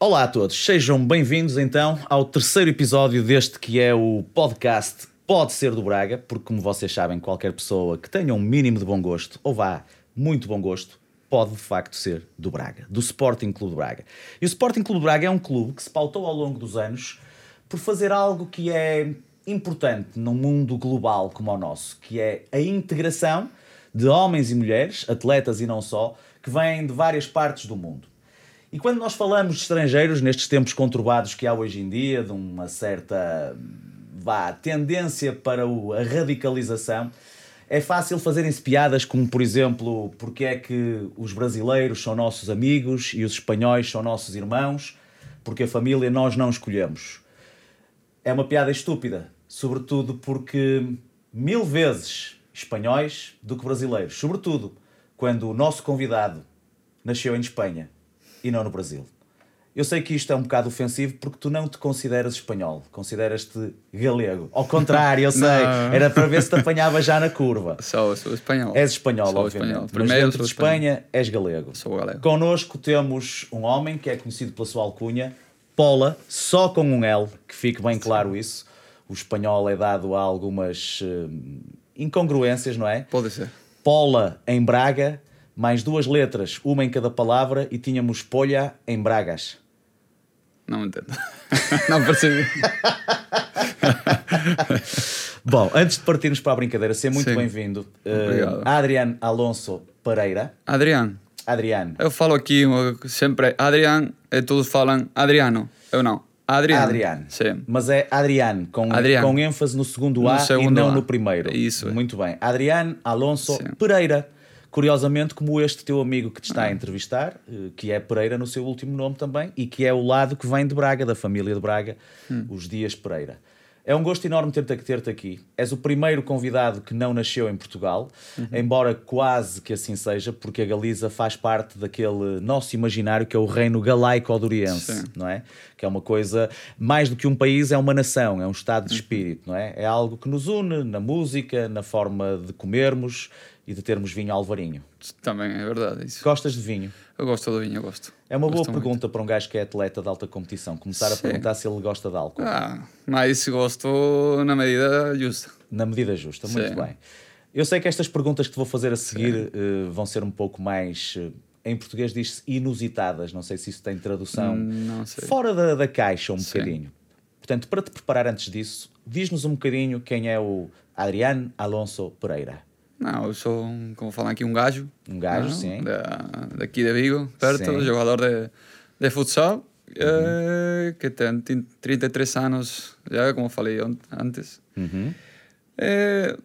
Olá a todos, sejam bem-vindos então ao terceiro episódio deste que é o podcast Pode Ser do Braga, porque como vocês sabem, qualquer pessoa que tenha um mínimo de bom gosto, ou vá, muito bom gosto, pode de facto ser do Braga, do Sporting Clube de Braga. E o Sporting Clube de Braga é um clube que se pautou ao longo dos anos por fazer algo que é importante num mundo global como o nosso, que é a integração de homens e mulheres, atletas e não só, que vêm de várias partes do mundo. E quando nós falamos de estrangeiros, nestes tempos conturbados que há hoje em dia, de uma certa vá, tendência para o- a radicalização, é fácil fazerem-se piadas como, por exemplo, porque é que os brasileiros são nossos amigos e os espanhóis são nossos irmãos, porque a família nós não escolhemos. É uma piada estúpida, sobretudo porque mil vezes espanhóis do que brasileiros, sobretudo quando o nosso convidado nasceu em Espanha e não no Brasil. Eu sei que isto é um bocado ofensivo porque tu não te consideras espanhol, consideras-te galego. Ao contrário, eu sei, Não. era para ver se te apanhava já na curva. Sou, sou espanhol. És espanhol, Sou obviamente. espanhol. mas Primeiro dentro sou de Espanha és galego. Sou galego. Connosco temos um homem que é conhecido pela sua alcunha, Pola, só com um L, que fique bem claro isso. O espanhol é dado a algumas hum, incongruências, não é? Pode ser. Pola em Braga, mais duas letras, uma em cada palavra, e tínhamos Polha em Bragas. Não entendo. não percebi. Bom, antes de partirmos para a brincadeira, ser muito Sim. bem-vindo. Obrigado. Adriano Alonso Pereira. Adriano. Adriano. Eu falo aqui eu sempre Adriano e todos falam Adriano. Eu não. Adriano. Adriano. Sim. Mas é Adriano, com, Adriano. com ênfase no segundo No A e segundo não A. no primeiro. Isso. é. Muito bem. Adriano Alonso Sim. Pereira. Curiosamente, como este teu amigo que te está a entrevistar, eh, que é Pereira no seu último nome também, e que é o lado que vem de Braga, da família de Braga, Hum. os Dias Pereira. É um gosto enorme ter-te ter aqui. És o primeiro convidado que não nasceu em Portugal, Uhum. embora quase que assim seja, porque a Galiza faz parte daquele nosso imaginário que é o reino galaico-odoriense Sim. não é? Que é uma coisa, mais do que um país, é uma nação, é um estado de Uhum. espírito, não é? É algo que nos une na música, na forma de comermos e de termos vinho alvarinho. Também é verdade isso. Gostas de vinho? Eu gosto do vinho, eu gosto. É uma boa Gosto muito. pergunta para um gajo que é atleta de alta competição, começar a Sim. perguntar se ele gosta de álcool, Ah, mas gosto na medida justa. na medida justa, muito Sim. bem. Eu sei que estas perguntas que te vou fazer a seguir eh, vão ser um pouco mais, eh, em português diz-se inusitadas, não sei se isso tem tradução Não sei. fora da, da caixa um Sim. bocadinho. Portanto, para te preparar antes disso, diz-nos um bocadinho quem é o Adriano Alonso Pereira. Não, eu sou, um- como falam aqui, um gajo. Um gajo, não? sim. Da, daqui de Vigo, perto, Sim. jogador de, de futsal, Uhum. eh, que tem tin- 33 anos já, como falei on- antes. Uhum. É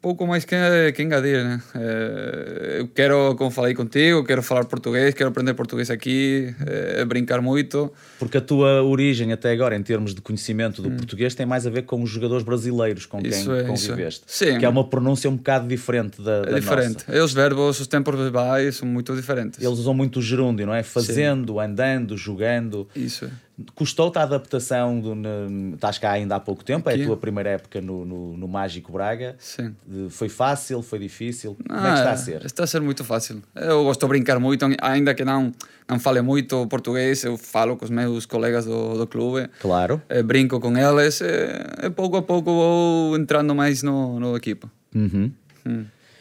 pouco mais que, que engadir, né? Eh, eu quero, como falei contigo, quero falar português, quero aprender português aqui, eh, brincar muito. Porque a tua origem até agora, em termos de conhecimento do português, tem mais a ver com os jogadores brasileiros com Hum. Isso quem é, isso é. conviveste. Sim. Que é uma pronúncia um bocado diferente da, É da diferente. nossa. E os verbos, os tempos verbais são muito diferentes. Eles usam muito o gerúndio, não é? Fazendo, andando, jogando. Isso. Custou-te a adaptação? Do, ne- estás cá ainda há pouco tempo, é Aqui. a tua primeira época no, no, no Mágico Braga. Sim. Ah, Eh, Foi fácil? Foi difícil? Como é que está a ser? Está a ser muito fácil. Eu gosto de brincar muito, ainda que não, não fale muito português, eu falo com os meus colegas do, do clube, Claro. eh, brinco com eles, eh, e pouco a pouco vou entrando mais no, no equipo. Hum.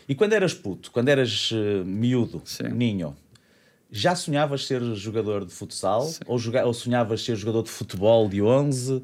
E quando eras puto, quando eras eh, miúdo, Sim. ninho, já sonhavas ser jogador de futsal? Ou, joga- ou sonhavas ser jogador de futebol de 11?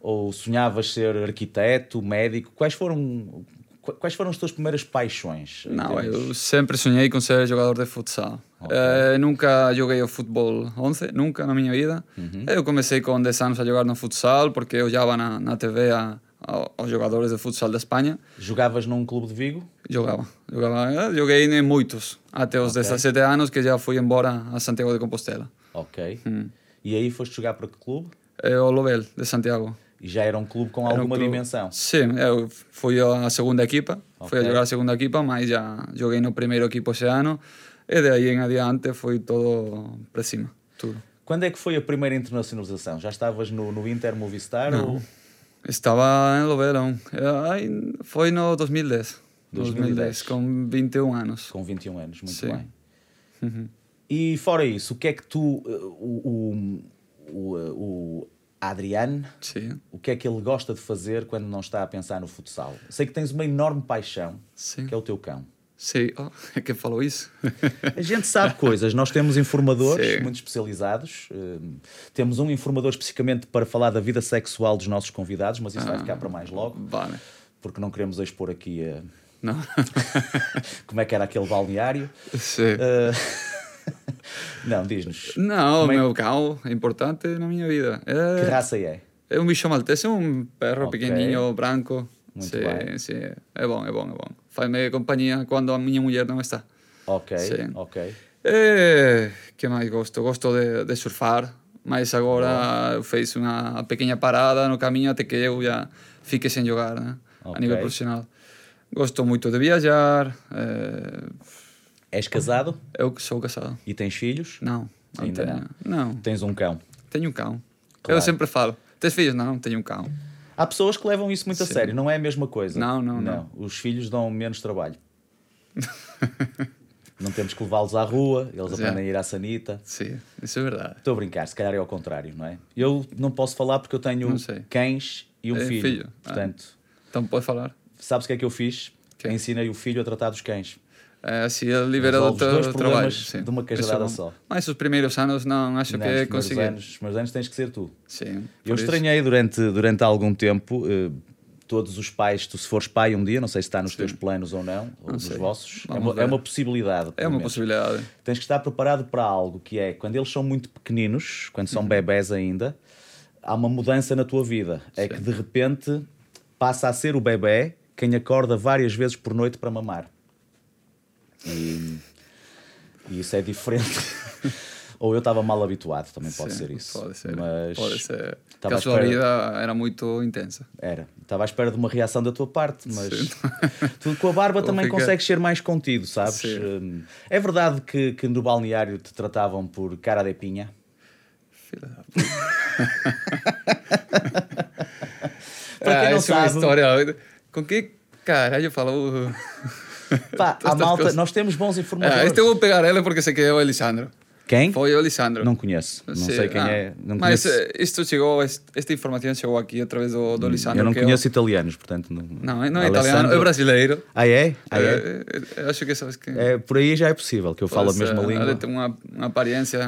Ou sonhavas ser arquiteto, médico? Quais foram, qu- quais foram as tuas primeiras paixões? em Não, termos- eu sempre sonhei com ser jogador de futsal. Eh, nunca joguei o futebol 11, nunca na minha vida. Eu comecei com 10 anos a jogar no futsal, porque eu olhava na, na TV a, a- aos jogadores de futsal da Espanha. Jogavas num clube de Vigo? Jogava, jogava. Eh, Joguei em muitos, até os 17 anos que já fui embora a Santiago de Compostela. Ok. Hum. E aí foste jogar para que clube? É o Lobel, Eh, de Santiago. E já era um clube com Era um alguma clube- dimensão? Sim, eu fui à segunda equipa, fui a Ok. jogar a segunda equipa, mas já joguei no primeiro equipo esse ano e de aí em adiante foi todo para cima, tudo. Quando é que foi a primeira internacionalização? Já estavas no, no Inter Movistar? Ou... Estava em Lobel aún. Eh, ai, Foi no 2010. 2010. com 21 anos. com 21 anos, muito Sim. bem. E fora isso, o que é que tu. eh, O, o, o, o Adriano, Sim, o que é que ele gosta de fazer quando não está a pensar no futsal? Sei que tens uma enorme paixão, sim. que é o teu cão. Sim, oh, é quem falou isso? A gente sabe coisas, nós temos informadores Sim. muito especializados. hum, Temos um informador especificamente para falar da vida sexual dos nossos convidados, mas isso Ah. vai ficar para mais logo, Vale. porque não queremos expor aqui eh, Não. como é que era aquele balneário. Sim. Eh, Não, diz-nos. Não, o como é- meu cão é importante na minha vida. Que É, raça é? é um bicho maltese, é um perro Ok. pequenininho, branco. Muito sim, bem. sim. É bom, é bom, é bom. Faz-me companhia quando a minha mulher não está. Ok, Sim. ok. É, que mais gosto? Gosto de, de surfar, mas agora eu fiz uma pequena parada no caminho até que eu já fique sem jogar, né? Ok. A nível profissional. Gosto muito de viajar. é, És casado eu que sou casado. e tens filhos? Não, não Ainda tenho. Não. Tens um cão. Tenho um cão. Claro. Eu sempre falo, tens filhos? Não, tenho um cão. Há pessoas que levam isso muito a Sim. sério, não é a mesma coisa. Não, não, Os filhos dão menos trabalho. não temos que levá-los à rua, eles Já. aprendem a ir à sanita. Sim, isso é verdade. Estou a brincar, se calhar é ao contrário, não é? Eu não posso falar porque eu tenho Não sei. cães e um É, filho. filho. Ah. Portanto, Então pode falar. sabes o que é que eu fiz? Que? Ensinei o filho a tratar dos cães. É, assim ele libera do Resolve os dois teu trabalho. problemas Sim. de uma Isso é cajadada bom. só. Mas os primeiros anos não acho Não, é que nos primeiros consegui. anos, os meus anos tens que ser tu. Sim. Eu por isso. estranhei durante, durante algum tempo. eh, todos os pais, tu se fores pai um dia, não sei se está nos teus planos ou não, ou nos sei. vossos, é Vamos uma, é ver. uma possibilidade. É pelo uma menos. possibilidade. Tens que estar preparado para algo que é quando eles são muito pequeninos, quando Uhum. são bebés ainda, há uma mudança na tua vida. É que de repente passa a ser o bebé quem acorda várias vezes por noite para mamar. E, e isso é diferente. Ou eu estava mal habituado, também pode Sim, ser isso. Pode ser. Mas Pode ser. Tava Porque à a sua espera- vida era muito intensa. Era. Estava à espera de uma reação da tua parte, mas Sim. tu com a barba também ficar- consegues ser mais contido, sabes? Sim. Hum, É verdade que, que no balneário te tratavam por cara de pinha. Filha da puta. Para quem Ah, não isso é uma sabe, história. Com que caralho falou? pá, a estas malta, coisas. nós temos bons Ah, informadores. este eu vou pegar ele porque sei que é o Elisandro. Quem? Foi o Elisandro. Não conheço. Não Sim, sei quem ah, é. Não mas conheço- eh, isto chegou, est- esta informação chegou aqui através do, do Lisandro. eu não que conheço italianos, portanto. Não, Não, é- não Alessandro- é eh, italiano, é brasileiro. Ah, é? Ah, é? Eh, eh, acho que sabes que. É, por aí já é possível que eu falo a Pois, mesma eh, língua. Ele tem uma, uma aparência.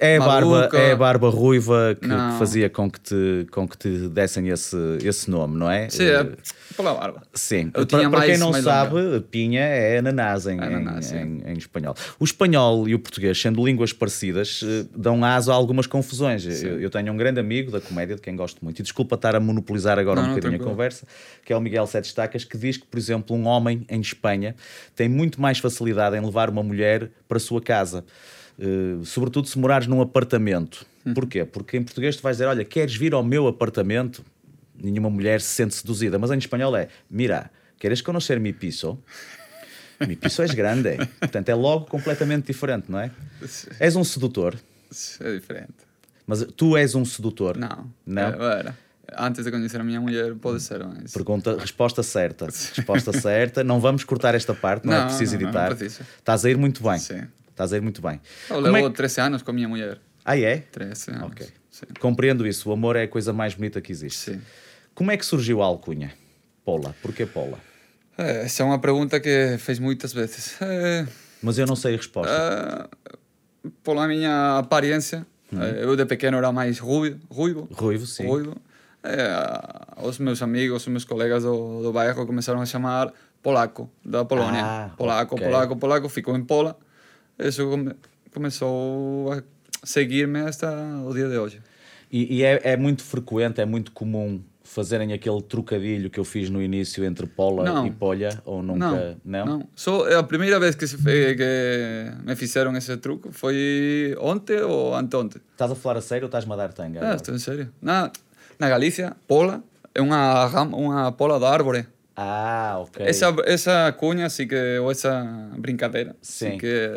É a barba, maluca. é a barba ruiva que, que Não. fazia com que te, com que te dessem esse, esse nome, não é? Sim, Eh, é pela barba. Sim, Eu para, tinha para quem mais- não mais sabe, pinha é ananás, em, Ananás, em- em- em espanhol. O espanhol e o português, sendo línguas parecidas, eh, dão aso a algumas confusões. Eu, eu tenho um grande amigo da comédia, de quem gosto muito, e desculpa estar a monopolizar agora Não, um não, bocadinho a tranquilo. conversa, que é o Miguel Sete Estacas, que diz que, por exemplo, um homem em Espanha tem muito mais facilidade em levar uma mulher para a sua casa. Eh, sobretudo se morares num apartamento. Uhum. Porquê? Porque em português tu vais dizer, olha, queres vir ao meu apartamento? Nenhuma mulher se sente seduzida, mas em espanhol é, mira, queres conhecer mi piso? Mi piso é grande. Portanto, é logo completamente diferente, não é? És um sedutor, É diferente. mas tu és um sedutor. Não. Não? Eh, era. Antes de conhecer a minha mulher, pode ser, mas. Pergunta, resposta certa. Resposta certa. Não vamos cortar esta parte, não, é Não, preciso não, não, editar. não precisa. Estás a ir muito bem. Sim. Estás a ir muito bem. Eu Como é levo que- 13 anos com a minha mulher. Ah, é? 13 anos. Ok. Sim. Compreendo isso. O amor é a coisa mais bonita que existe. Sim. Como é que surgiu a alcunha? Pola. Porquê Pola? Eh, Essa é uma pergunta que fez muitas vezes. Eh, Mas eu não sei a resposta. Ah, pela minha aparência, eh, eu de pequeno era mais ruivo. ruivo, Ruivo, sim. ruivo. Eh, os meus amigos, os meus colegas do, do bairro começaram a chamar polaco, da Polônia. Ah, polaco, ok. polaco, polaco, ficou em Pola. Isso come- começou a seguir-me até o dia de hoje. E, e é, é muito frequente, é muito comum fazerem aquele trocadilho que eu fiz no início entre Pola Não. e Polha, ou nunca. Não, Não? Só a primeira vez que, se fe- que me fizeram esse truque foi ontem ou anteontem. Estás a falar a sério ou estás-me a dar tanga? Ah, agora? estou em sério. Na, na Galícia, pola é uma, rama, uma pola da árvore. Ah, ok. Essa, essa cunha, assim que, ou essa brincadeira, assim Sim. que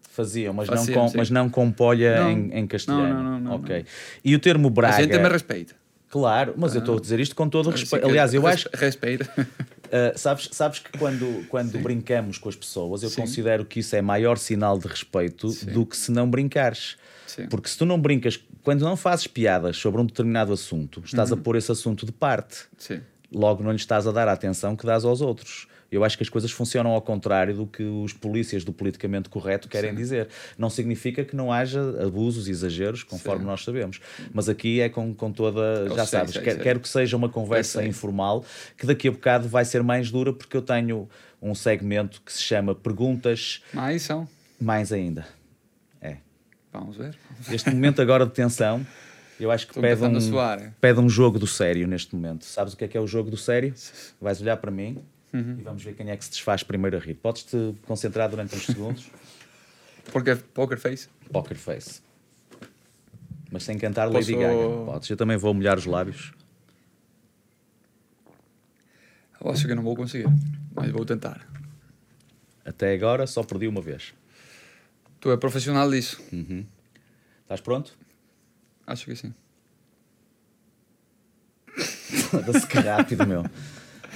Faziam, mas, Faziam, não, com, sim. mas não com polha Não. Em, em castelhano. Não, não, não, não, ok. E o termo a Braga. gente me respeita. Claro, mas eu estou a dizer isto com todo o Assim respeito. que é. Aliás, eu res- acho Respeita. Uh, sabes, sabes que quando, quando brincamos com as pessoas, eu considero que isso é maior sinal de respeito do que se não brincares. Sim. Porque se tu não brincas quando não fazes piadas sobre um determinado assunto, estás Uhum. a pôr esse assunto de parte. Sim. Logo, não lhe estás a dar a atenção que dás aos outros. Eu acho que as coisas funcionam ao contrário do que os polícias do politicamente correto querem dizer. Não significa que não haja abusos e exageros, conforme Sim. nós sabemos. Mas aqui é com, com toda. Eu já sei, sabes, sei, quer- sei. quero que seja É uma conversa Eu sei. informal, que daqui a bocado vai ser mais dura, porque eu tenho um segmento que se chama Perguntas Mas são. Mais Ainda. É. Vamos ver. Este momento agora de tensão, eu acho que Estou pede tentando um, suar. eh. pede um jogo do sério neste momento. Sabes o que é que é o jogo do sério? Vais olhar para mim e vamos ver quem é que se desfaz primeiro a rir. Podes-te concentrar durante uns segundos? Porque é Poker Face. Poker Face. Mas sem cantar Lady Posso- Gaga. Podes. Eu também vou molhar os lábios. Eu acho que não vou conseguir. Mas vou tentar. Até agora só perdi uma vez. Tu é profissional disso? Hum. Estás pronto? Acho que sim. Foda-se que rápido, meu.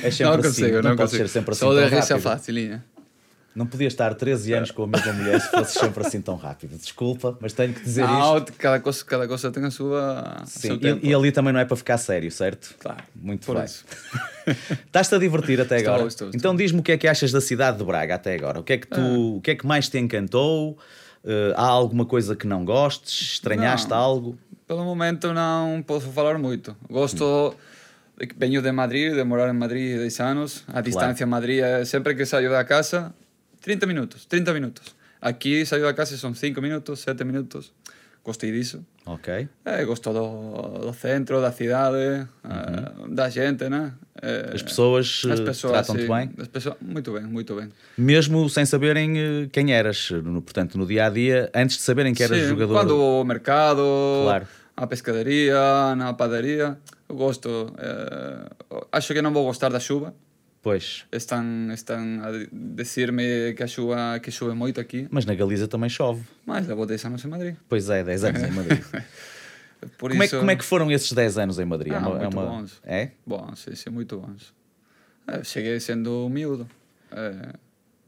É sempre não assim. consigo, não, pode consigo. ser sempre assim Só tão de risa rápido. facilinha. Não podia estar 13 anos com a mesma mulher se fosse sempre assim tão rápido. Desculpa, mas tenho que dizer isto. Não, cada coisa, cada coisa tem a sua. Sim, seu tempo. e, e ali também não é para ficar sério, certo? Claro. Muito Por bem. isso. Estás-te a divertir até Estou, agora. estou, Ah. estou. Então diz-me o que é que achas da cidade de Braga até agora. O que é que, tu, o que, é que mais te encantou? Eh, há alguma coisa que não gostes? Estranhaste Não. algo? Pelo momento não posso falar muito. Gosto. de que Venho de Madrid, de morar em Madrid 10 anos. A distância a Madrid é sempre que saio da casa, 30 minutos, 30 minutos. Aqui saio da casa são 5 minutos, 7 minutos. Gostei disso. Ok. Eh, gosto do, do centro, da cidade, eh, da gente, né? Eh, As pessoas, eh, as te pessoas, tratam-te sim. bem? As pessoas, muito bem, muito bem. Mesmo sem saberem eh, quem eras, no, portanto, no dia a dia, antes de saberem que eras Sim, jogador. Quando ao mercado, Claro. à pescaderia, na padaria, eu gosto. eh, acho que não vou gostar da chuva. Pois. Estão, estão a dizer-me que a chuva que chove muito aqui, Mas na Galiza também chove. mas levo 10 anos em Madrid. Pois é, 10 anos em Madrid. Por como, é, isso, que- como é que foram esses 10 anos em Madrid? É Ah, uma- é muito uma- bons. É? Bom, sim, sim, muito bons. Eh, cheguei sendo miúdo. eh,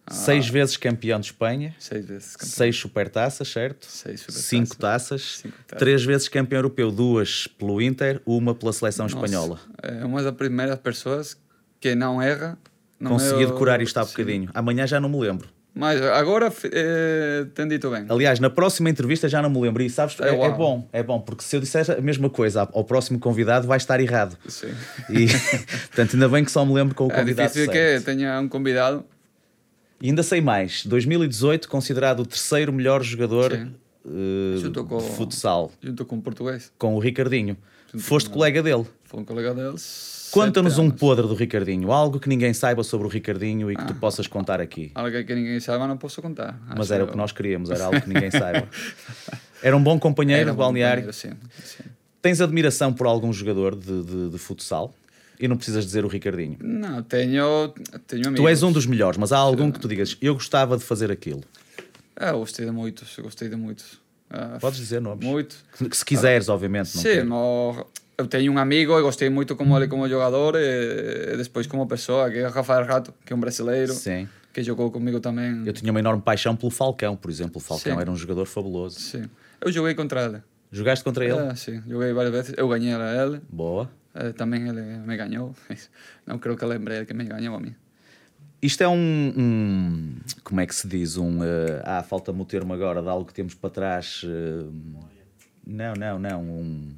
a Seis vezes campeão de Espanha, Seis vezes. campeão. seis supertaças, certo? Seis supertaças. Cinco taças, Cinco taças. três vezes campeão europeu, duas pelo Inter, uma pela seleção Nossa, espanhola. É uma das primeiras pessoas que não erra. no Consegui meu- decorar isto há Sim. bocadinho. Amanhã já não me lembro. Mas agora fi- eh, tem dito bem. Aliás, na próxima entrevista já não me lembro. E sabes, é, É, é uau. bom, é bom, porque se eu disser a mesma coisa ao próximo convidado, vai estar errado. Sim. E, portanto, ainda bem que só me lembro com o É convidado difícil certo. que tenha um convidado. E ainda sei mais. 2018, considerado o terceiro melhor jogador Sim. eh, Junto com- de futsal, Junto com um português. com o Ricardinho. Foste colega dele. Foi um colega deles. Conta-nos sete um anos. podre do Ricardinho, algo que ninguém saiba sobre o Ricardinho e que Ah. tu possas contar aqui. Algo que ninguém saiba, não posso contar. Mas Acho era o Ah, eu. que nós queríamos, era algo que ninguém saiba. Era um bom companheiro Era de um balneário. companheiro, Sim, sim. Tens admiração por algum jogador de, de- de futsal? E não precisas dizer o Ricardinho. Não, tenho, tenho amigos. Tu és um dos melhores, mas há algum que tu digas, eu gostava de fazer aquilo. Ah, gostei de muitos, gostei de muitos. Ah, Podes dizer nomes. Muito. Que- Que se quiseres, obviamente. Não Sim, quero. mo- eu tenho um amigo e gostei muito como ele como jogador e, e depois como pessoa, que é o Rafael Rato, que é um brasileiro, Sim. que jogou comigo também. Eu tinha uma enorme paixão pelo Falcão, por exemplo. O Falcão Hum. Sim. era um jogador fabuloso. Sim. Eu joguei contra ele. Jogaste contra ele? Ah, sim, joguei várias vezes. Eu ganhei a ele, Boa. eh, também ele me ganhou. Não creio que lembre ele que me ganhou a mim. Isto é um, um- Como é que se diz? Um. eh, ah, falta-me o termo agora de algo que temos para trás. eh, não, não, não. Um,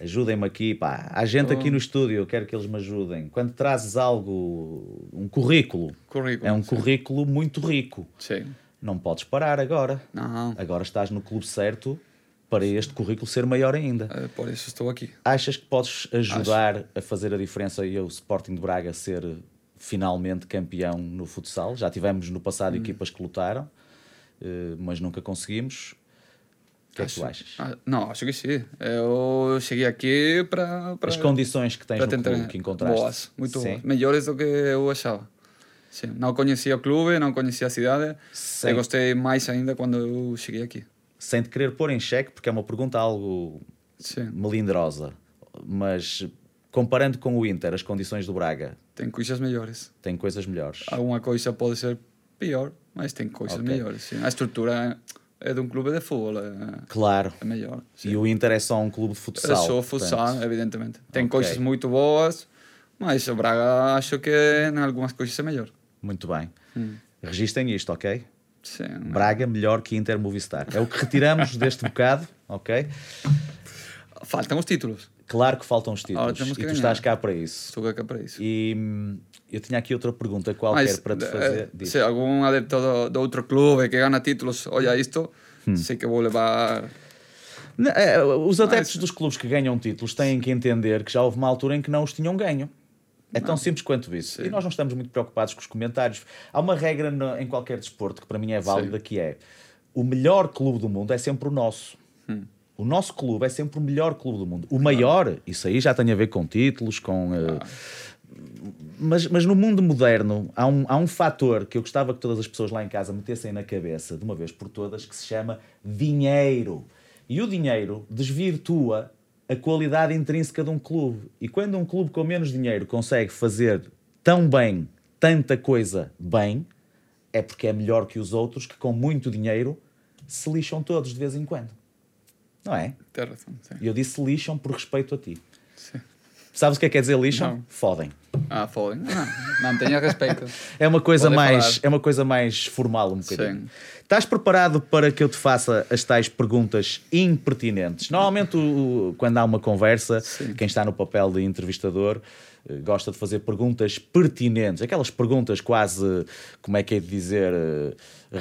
Ajudem-me aqui, pá. Há gente aqui no estúdio, eu quero que eles me ajudem. Quando trazes algo. Um currículo. Currículo. É um currículo muito rico. Sim. Não podes parar agora. Não, Agora estás no clube certo para este currículo ser maior ainda. eh, por isso estou aqui. Achas que podes ajudar a fazer a diferença e o Sporting de Braga ser finalmente campeão no futsal? Já tivemos no Hum. passado equipas que lutaram, eh, mas nunca conseguimos. O que é que tu achas? Ah, não, acho que sim. Eu cheguei aqui para As condições que tens para no clube tentar que encontraste? boas, muito Sim. boas, melhores do que eu achava. Sim, não conhecia o clube, não conhecia a cidade. Sim. Eu gostei mais ainda quando eu cheguei aqui. Sem te querer pôr em xeque, porque é uma pergunta algo Sim, melindrosa, mas comparando com o Inter, as condições do Braga, tem coisas melhores. tem Ah, coisas melhores. Alguma coisa pode ser pior, mas tem coisas Ok. melhores. Sim. A estrutura é de um clube de eh, futebol, é, Claro. é melhor. sim. E o Inter é só um clube de É futsal. só futsal, portanto. evidentemente. Tem Ok. coisas muito boas, mas o Braga acho que em algumas coisas é melhor. Muito bem. Hum. Registem isto, ok? Sim. Braga melhor que Inter Movistar. É o que retiramos deste bocado, ok? Faltam os títulos. Claro que faltam os títulos Ora, temos que e tu ganhar. estás cá para isso. Estou cá para isso. E hum, eu tinha aqui outra pergunta qualquer Mas, para te eh, fazer. Diz. se algum adepto do, do outro clube que ganha títulos olha isto, Hmm. sei que vou levar. Não, é, os adeptos dos clubes que ganham títulos têm que entender que já houve uma altura em que não os tinham ganho. É tão simples quanto isso. E nós não estamos muito preocupados com os comentários. Há uma regra no- em qualquer desporto que para mim é válida que é o melhor clube do mundo é sempre o nosso. O nosso clube é sempre o melhor clube do mundo. O maior, isso aí já tem a ver com títulos, com. eh, mas, mas no mundo moderno há um, há um fator que eu gostava que todas as pessoas lá em casa metessem na cabeça, de uma vez por todas, que se chama dinheiro. E o dinheiro desvirtua a qualidade intrínseca de um clube. E quando um clube com menos dinheiro consegue fazer tão bem, tanta coisa bem, é porque é melhor que os outros que com muito dinheiro se lixam todos de vez em quando. Não é? Tem razão, sim. E eu disse lixam por respeito a ti. sim. Sabes o que é que quer dizer lixam? Não. Fodem. Ah, fodem. Não, mantenha respeito. É uma coisa Podem mais, falar. é uma coisa mais formal um bocadinho. Sim. Estás preparado para que eu te faça as tais perguntas impertinentes? Normalmente o- o- quando há uma conversa, quem está no papel de entrevistador eh, gosta de fazer perguntas pertinentes, aquelas perguntas quase, como é que é de dizer, eh,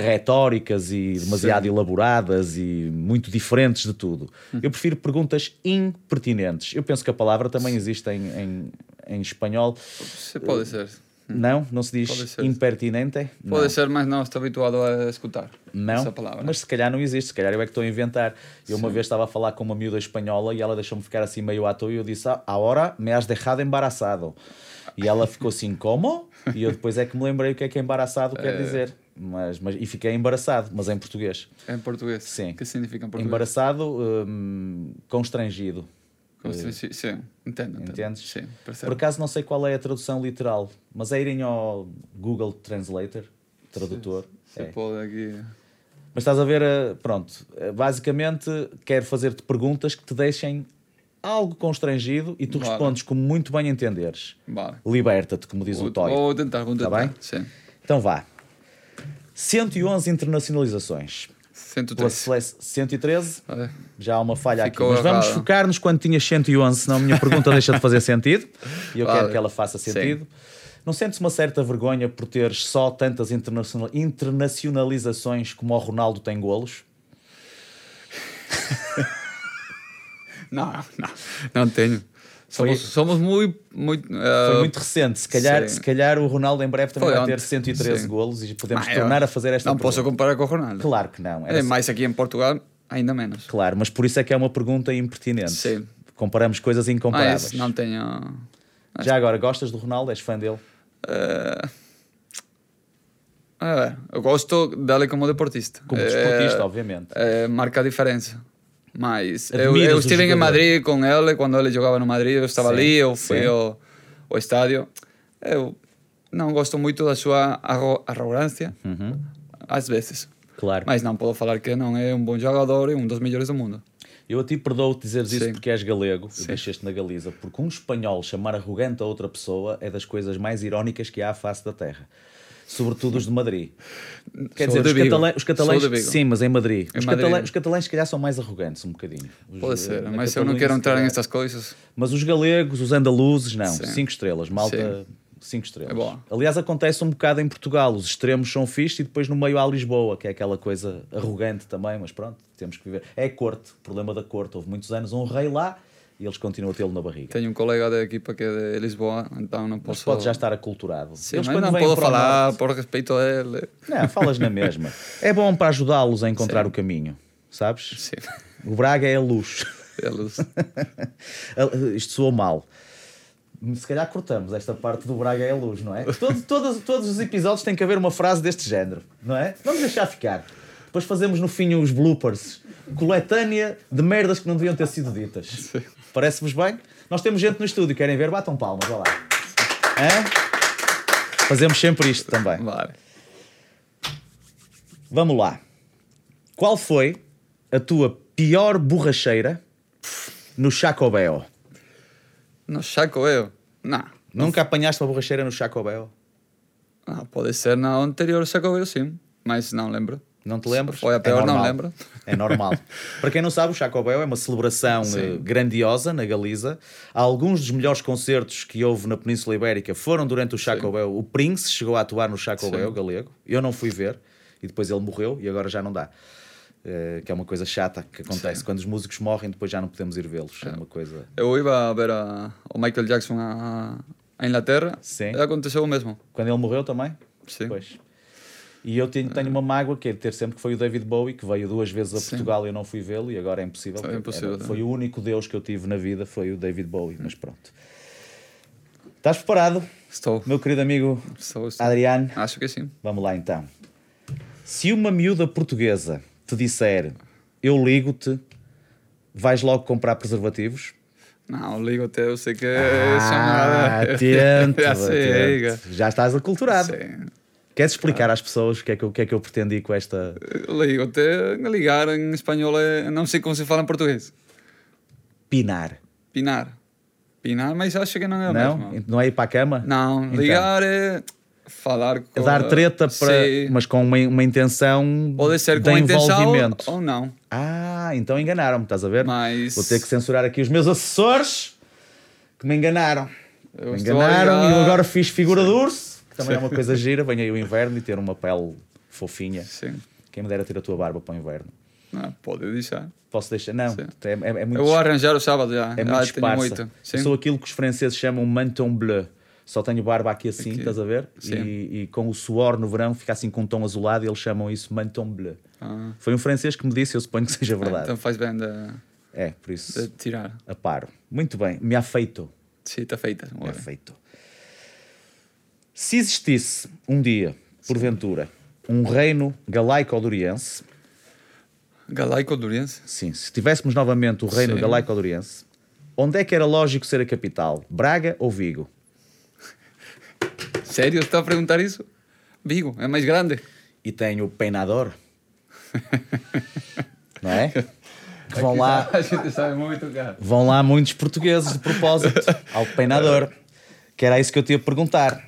retóricas e demasiado elaboradas e muito diferentes de tudo. Eu prefiro perguntas impertinentes. Eu penso que a palavra também existe em, em- em espanhol. Se pode ser. Hum. Não, não se Pode diz ser. impertinente? Pode ser, mas não estou habituado a escutar não, essa palavra. mas se calhar não existe, se calhar eu é que estou a inventar. Eu uma vez estava a falar com uma miúda espanhola e ela deixou-me ficar assim meio à toa e eu disse, ah, agora me has deixado embaraçado. E ela ficou assim, como? E eu depois é que me lembrei o que é que embaraçado quer dizer. Mas, mas, e fiquei embaraçado, mas em português. Em português. Sim. O que significa em português? Embaraçado, hum, constrangido. Constri- Sim, sim. entendo. entendo. eh, Entendes? Sim, Por percebo. acaso não sei qual é a tradução literal, mas é irem ao Google Translator, tradutor. Se é. pode aqui. Mas estás a ver, eh, pronto, eh, basicamente quero fazer-te perguntas que te deixem algo constrangido e tu Vale. respondes como muito bem entenderes. Vale. Liberta-te, como diz o Vou, Toy. vou tentar, vou Tá tentar. bem? Sim. Então vá. 111 internacionalizações. Pela 103. sele- 113, Olha, já há uma falha Ficou aqui. Mas vamos errado. focar-nos quando tinhas 111, senão a minha pergunta deixa de fazer sentido. E eu quero Vale. que ela faça Sim. sentido. Não sentes uma certa vergonha por teres só tantas internacional- internacionalizações como o Ronaldo tem golos? Não, não, não tenho. Somos, somos muito. muito Foi eh, muito recente. Se calhar, sim. se calhar o Ronaldo em breve também Foi vai ter ontem. 113 Sim. golos e podemos ah, eu tornar a fazer esta Não pergunta. posso comparar com o Ronaldo. Claro que não. Era É, mas aqui em Portugal, ainda menos. Claro, mas por isso é que é uma pergunta impertinente. Sim. Comparamos coisas incomparáveis. Mas não é- tenho. Já agora, gostas do Ronaldo? És fã dele? A ver, eu Eh, gosto dele como deportista. Como Eh, desportista, obviamente. eh, marca a diferença. Mas eu, Admiras eu o estive em jogador. Madrid com ele, quando ele jogava no Madrid, eu estava Sim, ali, eu fui sim. ao, ao estádio. Eu não gosto muito da sua arro- arrogância, às vezes. Claro. é. Mas não posso falar que não é um bom jogador e um dos melhores do mundo. Eu a ti perdoo-te dizeres isso Sim. porque és galego e deixaste na Galiza, porque um espanhol chamar arrogante a outra pessoa é das coisas mais irónicas que há à face da terra. Sobretudo os de Madrid. Quer Sou dizer, de os, Vigo. catalã- os catalães. Sou de Vigo. Sim, mas em Madrid. Em os, Madrid. Catalã, os catalães, se calhar, são mais arrogantes um bocadinho. Os, Pode eh, ser, na mas eu não Catalunha, quero se entrar calhar. nestas coisas. Mas os galegos, os andaluzes, não. Sim. Cinco estrelas. Malta, cinco estrelas. É boa. Aliás, acontece um bocado em Portugal. Os extremos são fixe e depois no meio há Lisboa, que é aquela coisa arrogante também, mas pronto, temos que viver. É a corte, o problema da corte. Houve muitos anos um rei lá e eles continuam a tê-lo na barriga. Tenho um colega da equipa que é de Lisboa, então não posso. Pode já estar aculturado. Sim, Eles mas quando não vêm posso para o falar norte- por respeito a eh. ele. Não, falas na mesma. É bom para ajudá-los a encontrar o caminho, sabes? Sim, O Braga é a luz. eles. Ah, Isto soou mal. Se calhar cortamos esta parte do Braga é a luz, não é? Todo, todas- todos os episódios tem que haver uma frase deste género, não é? Vamos deixar ficar. Depois fazemos no fim os bloopers. Coletânea de merdas que não deviam ter sido ditas. Parece-vos bem? Nós temos gente no estúdio, querem ver? Batam palmas, vá lá. Hã? Fazemos sempre isto também. Vale. Vamos lá. Qual foi a tua pior borracheira no Chacobeo? No Chacobeo. Não. Nunca apanhaste uma borracheira no Chacobeo? Ah, pode ser na anterior Chacobeo, sim. Mas não lembro. Não te lembras? Foi a pior, não normal. lembro. É normal. Para quem não sabe, o Chacobel é uma celebração eh, grandiosa na Galiza. Alguns dos melhores concertos que houve na Península Ibérica foram durante o Chacobel. O Prince chegou a atuar no Chacobel galego. Eu não fui ver e depois ele morreu e agora já não dá. Eh, que é uma coisa chata que acontece. Quando os músicos morrem, depois já não podemos ir vê-los. É uma coisa. Eu ia Eh, a ver a, o Michael Jackson a, a Inglaterra. Eh, Sim. E aconteceu o mesmo. Quando ele morreu também? Sim. Pois. E eu tenho, tenho uma mágoa que é de ter sempre que foi o David Bowie, que veio duas vezes a Portugal e eu não fui vê-lo, e agora é impossível. É porque impossível, era- não é? foi o único Deus que eu tive na vida, foi o David Bowie, mas pronto. Estás preparado, Estou. meu querido amigo Estou, estou. Adriano? Acho Ah, que sim. Vamos lá então. Se uma miúda portuguesa te disser eu ligo-te, vais logo comprar preservativos? Não, ligo-te, eu sei que é Ah, atento, atento, Já sei, atento. Já estás aculturado. É assim, Sim. Ah. Queres explicar às pessoas o que, é que, eu- o que é que eu pretendi com esta. Ligo-te, ligar em espanhol é... Não sei como se fala em português. Pinar. Pinar. Pinar, mas acho que não é o Não? mesmo. Não é ir para a cama? Não, Então. ligar é falar com... É dar treta para. Sim. Mas com uma, uma intenção. Pode ser de com intenção envolvimento. ou não. Ah, então enganaram-me, estás a ver? Mas- Vou ter que censurar aqui os meus assessores que me enganaram. Eu me estou enganaram a e eu ligar. agora fiz figura de urso, que também é uma coisa gira. Venha aí o inverno e ter uma pele fofinha. Sim. Quem me dera ter a tua barba para o inverno. Não, pode deixar. Posso deixar? Não, Sim. é, é- é muito Eu vou arranjar o sábado É já. ah, muito tenho esparsa. muito. Sim. Eu Sou aquilo que os franceses chamam manton bleu. Só tenho barba aqui assim, Aqui. estás a ver? Sim. E, e com o suor no verão fica assim com um tom azulado e eles chamam isso manton bleu. Ah, Foi um francês que me disse, eu suponho que seja verdade. então faz bem de, É, por isso de tirar. aparo. Muito bem, me afeito. Sim, está feita. Me Bora. afeito. Se existisse um dia, porventura, um reino galaico-doriense, Galaico Duriense. sim, se tivéssemos novamente o reino Sim. galaico-doriense, onde é que era lógico ser a capital? Braga ou Vigo? Sério, está a perguntar isso? Vigo, é mais grande. e tem o peinador. não é? tá. Que vão lá, A gente sabe muito, cara. vão lá muitos portugueses de propósito ao peinador. Que era isso que eu te ia perguntar.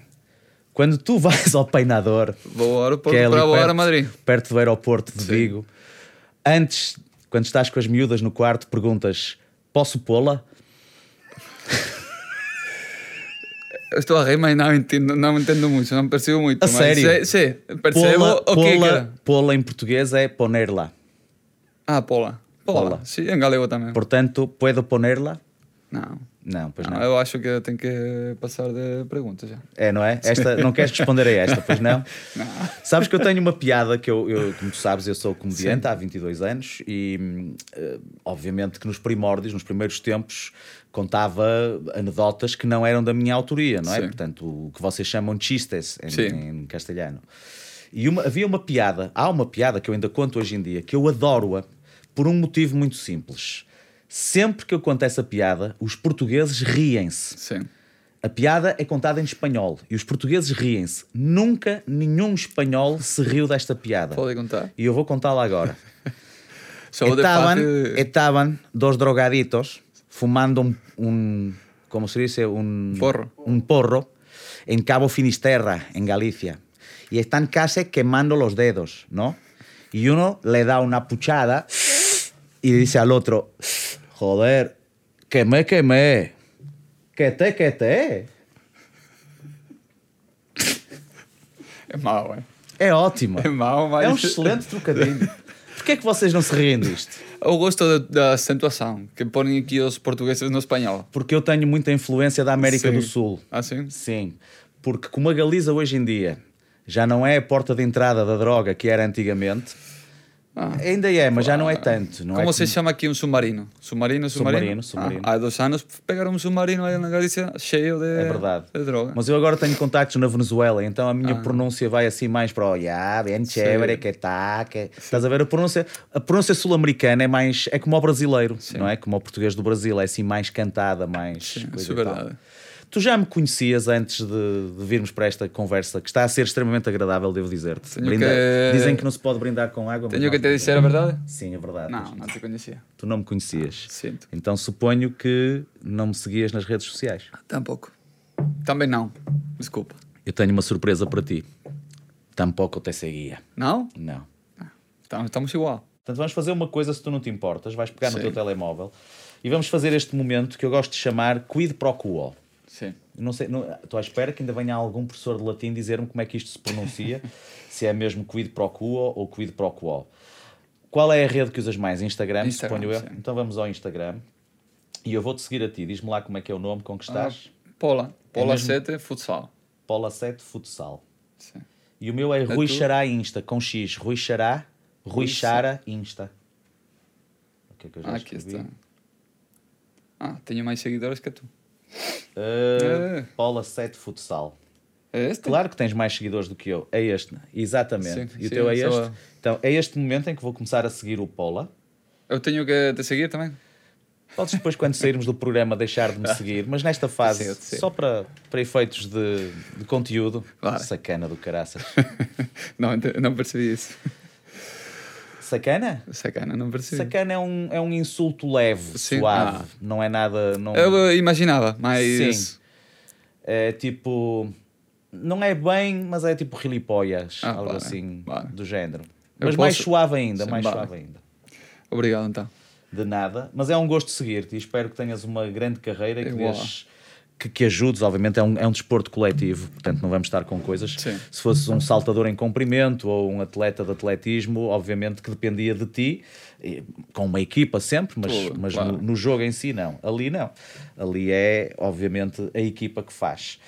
Quando tu vais ao peinador, Vou ao que aeroporto é ali para perto, voar a Madrid. perto do aeroporto de Vigo, antes, quando estás com as miúdas no quarto, perguntas: posso pô-la? Eu estou a rir, mas não entendo, não entendo muito, não percebo muito. A mas sério? Sei, sei, percebo Pô-la o que é que era. pô-la- pô-la em português é ponerla. Ah, pola. Pola. Pola. Sim, em galego também. Portanto, puedo ponerla? Não. Não, pois não. Ah, não. Eu acho que eu tenho que passar de perguntas já. É, não é? Esta, não queres responder a esta, pois não? Sabes que eu tenho uma piada que eu, eu- como tu sabes, eu sou comediante há 22 anos e, hum, eh, obviamente, que nos primórdios, nos primeiros tempos, contava anedotas que não eram da minha autoria, não é? Sim. Portanto, o que vocês chamam de chistes em, Sim. em castelhano. E uma- havia uma piada, há uma piada que eu ainda conto hoje em dia, que eu adoro-a por um motivo muito simples. Sempre que eu conto essa piada, os portugueses riem-se. Sim. A piada é contada em espanhol e os portugueses riem-se. Nunca nenhum espanhol se riu desta piada. Pode contar. E eu vou contá-la agora. Sou Pois. de Estaban, parte- estaban dos drogaditos fumando un, un- ¿cómo se dice? Un Porro. Un porro en Cabo Finisterra, en Galicia. Y están casi quemando los dedos, ¿no? Y uno le da una puchada y dice al otro, joder, que me quemé, que te, que te. É mau, é. É ótima. É mau, mas. É um excelente trocadilho. Porquê é que vocês não se riem disto? Eu gosto da, da acentuação que põem aqui os portugueses no espanhol. Porque eu tenho muita influência da América Sim. do Sul. Ah, sim? Sim, porque como a Galiza hoje em dia já não é a porta de entrada da droga que era antigamente, Ah. ainda é, mas já não é tanto. Não Como é se chama aqui um submarino? Submarino, Submarino, submarino. submarino. Ah, há dois anos pegaram um submarino aí na Galícia cheio de, É verdade. de droga. Ah. Mas eu agora tenho contactos na Venezuela, então a minha pronúncia vai assim mais para o ya, bem chévere, que tá, que... Estás a ver? A pronúncia, a pronúncia sul-americana é mais... É como o brasileiro, não é? Como o português do Brasil, é assim mais cantada, mais... Sim, coisa isso é e tal. verdade. Tu já me conhecias antes de, de virmos para esta conversa, que está a ser extremamente agradável, devo dizer-te. Tenho Brinda- que- Dizem que não se pode brindar com água. mas Tenho que nós- te dizer a verdade? Sim, é verdade. Não, não te conhecia. Tu não me conhecias. Sinto. Então suponho que não me seguias nas redes sociais. Tampouco. Também não. Desculpa. Eu tenho uma surpresa para ti. Tampouco eu te seguia. Não? Não. Então, estamos igual. Portanto, vamos fazer uma coisa se tu não te importas. Vais pegar no Sim. teu telemóvel e vamos fazer este momento que eu gosto de chamar quid pro quo. Sim. Não sei, não, estou à espera que ainda venha algum professor de latim dizer-me como é que isto se pronuncia, se é mesmo quid pro quo ou quid pro quo. Qual é a rede que usas mais? Instagram, Instagram, suponho eu. sim. Então vamos ao Instagram e eu vou-te seguir a ti. Diz-me lá como é que é o nome, com que Ah. estás. Pola. Pola mesmo? 7, futsal. Paula 7 Futsal. Sim. E o meu é Rui tu? Xará Insta, com X. Rui Xará, Rui Rui Xara Insta. O que é que eu já Ah, aqui escrevi? está. Ah, tenho mais seguidores que tu. Ah, É. Paula 7 Futsal. É este? Claro que tens mais seguidores do que eu. É este, exatamente. Sim, e o sim, teu é sou este? eu. Então, é este momento em que vou começar a seguir o Paula. Eu tenho que te seguir também? Podes depois, quando sairmos do programa, deixar de me seguir, mas nesta fase, Sim, eu te sigo. só para, para efeitos de, de conteúdo, Vai. sacana do caraças. não, ent- não percebi isso. Sacana? Sacana, não percebi. Sacana é um, é um insulto leve, Sim, suave. ah. Não é nada. Não... Eu eh, imaginava, mas. Sim. É tipo. Não é bem, mas é tipo gilipolhas, Ah, algo vale, assim vale. do género. Eu Mas mais posso- suave ainda, Sim, mais vale. suave ainda. Obrigado, então. De nada. Mas é um gosto seguir-te e espero que tenhas uma grande carreira e que, Igual. dês- que, que ajudes. Obviamente é um, é um desporto coletivo, portanto não vamos estar com coisas. Sim. Se fosses um saltador em comprimento ou um atleta de atletismo, obviamente que dependia de ti, e- com uma equipa sempre, mas, Claro, mas claro. no, no jogo em si não. Ali não. Ali é, obviamente, a equipa que faz.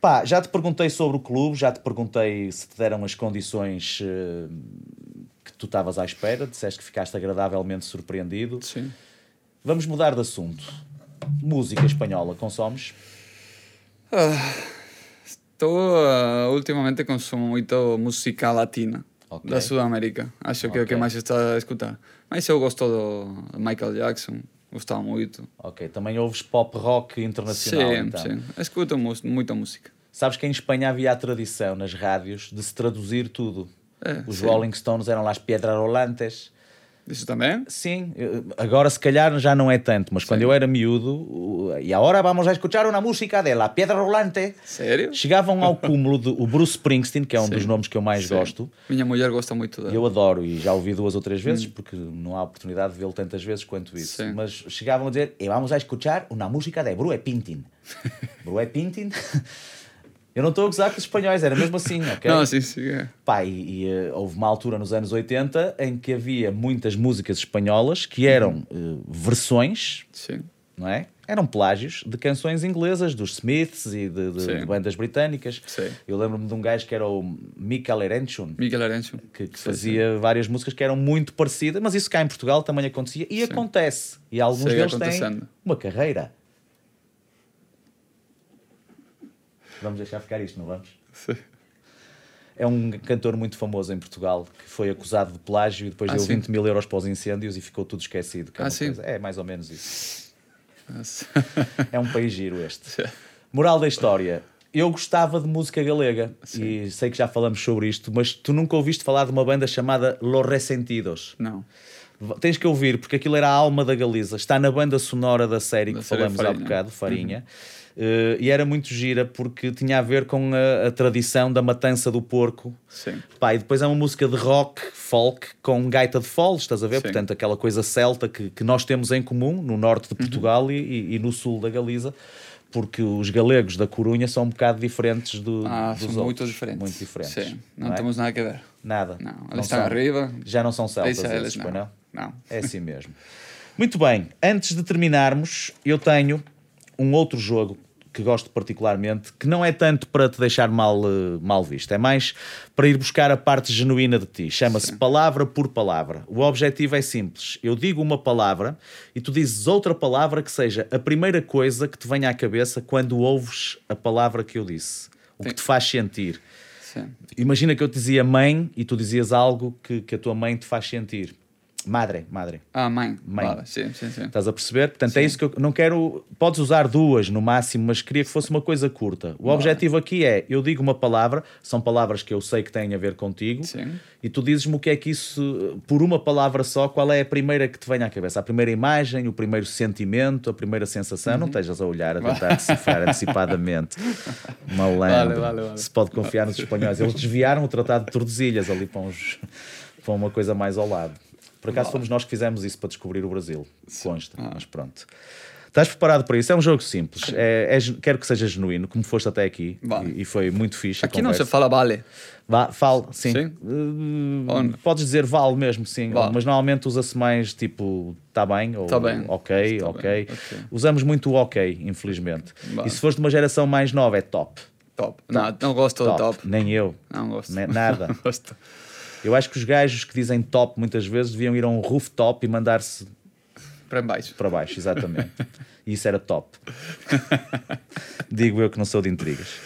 Pá, já te perguntei sobre o clube, já te perguntei se te deram as condições eh, que tu estavas à espera, disseste que ficaste agradavelmente surpreendido. Sim. Vamos mudar de assunto. Música espanhola, consomes? Estou ah, ultimamente consumo muito música latina Ok. da Sudamérica. Acho que é o que Ok. mais está a escutar. Mas eu gosto do Michael Jackson, gostava muito. Ok, também ouves pop rock internacional sim, então. sim. Escuto mu- muita música. Sabes que em Espanha havia a tradição nas rádios de se traduzir tudo. É, Os sim. Rolling Stones eram lá as Piedra Rolantes. Isso também? Sim, eh, agora se calhar já não é tanto, mas quando eu era miúdo, o- e agora vamos a escutar uma música dela, Piedra Rolante. Sério? Chegavam ao cúmulo de o Bruce Springsteen, que é um dos nomes que eu mais Sim. Ah. gosto, Minha mulher gosta muito E dela. Eu adoro e já ouvi duas ou três vezes, porque não há oportunidade de vê-lo tantas vezes quanto isso. Hum. Sim. Mas chegavam a dizer: e vamos a escuchar uma música de Brue Pintin. Brue Pintin. Eu não estou a gozar com os espanhóis, era mesmo assim, ok? Não, sim, sim. é. Pá, e, e, eh, houve uma altura nos anos 80 em que havia muitas músicas espanholas que Uhum. eram eh, versões, Sim. não é? Eram plágios de canções inglesas, dos Smiths e de, de- Sim. de bandas britânicas. Sim. Eu lembro-me de um gajo que era o Michael Erenchun Miguel Arencio. que, que Sim, fazia várias músicas que eram muito parecidas, mas isso cá em Portugal também acontecia e acontece. E alguns Segue deles têm acontecendo. uma carreira. Vamos deixar ficar isto, não vamos? sim. Sim. É um cantor muito famoso em Portugal que foi acusado de plágio e depois Ah, deu sim. 20 mil euros para os incêndios e ficou tudo esquecido. que é Ah, uma sim. coisa- É mais ou menos isso. Nossa. É um país giro este. Moral da história. Eu gostava de música galega e sei que já falamos sobre isto, mas tu nunca ouviste falar de uma banda chamada Los Ressentidos. Não. V- Tens que ouvir, porque aquilo era a alma da Galiza. Está na banda sonora da série Da que série falamos há Farinha. Uhum. bocado, Farinha. Eh, e era muito gira porque tinha a ver com a, a tradição da matança do porco. Sim. Pá, e depois é uma música de rock, folk, com gaita de foles, estás a ver? Sim. Portanto, aquela coisa celta que, que nós temos em comum no norte Uhum. de Portugal e, e- e no sul da Galiza, porque os galegos da Corunha são um bocado diferentes do, Ah, dos são outros. muito diferentes. Muito diferentes. Sim. Não, não é? temos nada a ver. Nada. Não. Não Eles estão são- arriba. Já não são celtas, Isso, eles esses, pois não? Não. É assim mesmo. Muito bem, antes de terminarmos, eu tenho um outro jogo que gosto particularmente, que não é tanto para te deixar mal, eh, mal visto, é mais para ir buscar a parte genuína de ti. Chama-se palavra por palavra. O objetivo é simples. Eu digo uma palavra e tu dizes outra palavra que seja a primeira coisa que te venha à cabeça quando ouves a palavra que eu disse. O que te faz sentir. Sim. Imagina que eu te dizia mãe e tu dizias algo que, que a tua mãe te faz sentir. Madre, madre. Ah, mãe. Mãe. Então, Vale, sim, sim, sim. Estás a perceber? Portanto, é isso que eu não quero. Podes usar duas no máximo, mas queria que fosse uma coisa curta. O objetivo aqui é: eu digo uma palavra, são palavras que eu sei que têm a ver contigo, Sim. e tu dizes-me o que é que isso, por uma palavra só, qual é a primeira que te vem à cabeça? A primeira imagem, o primeiro sentimento, a primeira sensação. Uhum. Não estejas a olhar, a tentar decifrar antecipadamente. Malandro. Vale, vale, vale. Se pode confiar nos espanhóis. Eles desviaram o Tratado de Tordesilhas ali para, uns, para uma coisa mais ao lado. Por acaso fomos nós que fizemos isso para descobrir o Brasil, consta, Ah. mas pronto. Estás preparado para isso? É um jogo simples. É, é gen- quero que seja genuíno, como foste até aqui. Vale. E, e foi muito fixe. a Aqui não se conversa. fala vale. Vá, fale, sim. Sim? Uh, Ou não? podes dizer vale mesmo, sim. Vale. Mas normalmente usa-se mais tipo tá bem ou Tá bem. ok, Tá ok. bem, ok. Usamos muito o ok, infelizmente. Vale. E se fores de uma geração mais nova, é top. Top. Não, não gosto do top. Nem eu. Não gosto. Ne- nada. Não gosto. Eu acho que os gajos que dizem top muitas vezes deviam ir a um rooftop e mandar-se Para baixo. para baixo, exatamente. e isso era top. Digo eu que não sou de intrigas.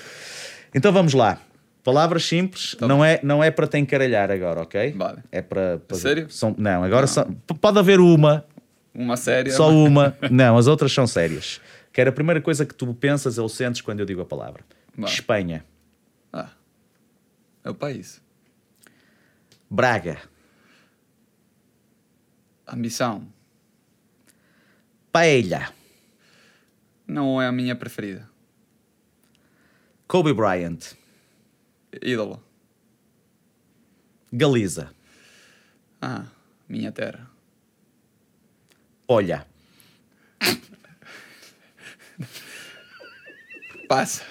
Então vamos lá. Palavras simples, não é, não é para te encaralhar agora, ok? Tá Vale. É para. para- Sério? são- não, agora são- p- pode haver uma, Uma série. só uma. não, as outras são sérias. Que era a primeira coisa que tu pensas ou sentes quando eu digo a palavra. Vale. Espanha. um. Ah. É o país. Braga. Ambição. Paella. Não é a minha preferida. Kobe Bryant. Ídolo. Galiza. Ah, minha terra. Olha. Passa.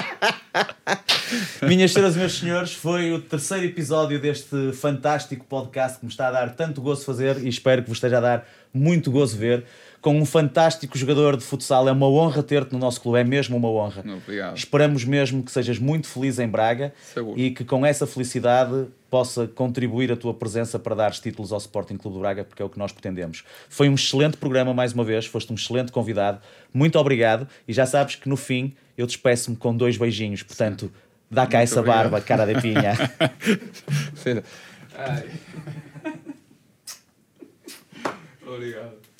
Minhas senhoras e meus senhores, foi o terceiro episódio deste fantástico podcast que me está a dar tanto gozo fazer e espero que vos esteja a dar muito gozo ver. Com um fantástico jogador de futsal, é uma honra ter-te no nosso clube, é mesmo uma honra. Obrigado. Esperamos mesmo que sejas muito feliz em Braga Seguro. e que com essa felicidade possa contribuir a tua presença para dar títulos ao Sporting Clube de Braga, porque é o que nós pretendemos. Foi um excelente programa mais uma vez, foste um excelente convidado. Muito obrigado e já sabes que no fim eu despeço-me com dois beijinhos, portanto, dá cá essa obrigado. barba, cara de pinha. Filho. Ai. obrigado.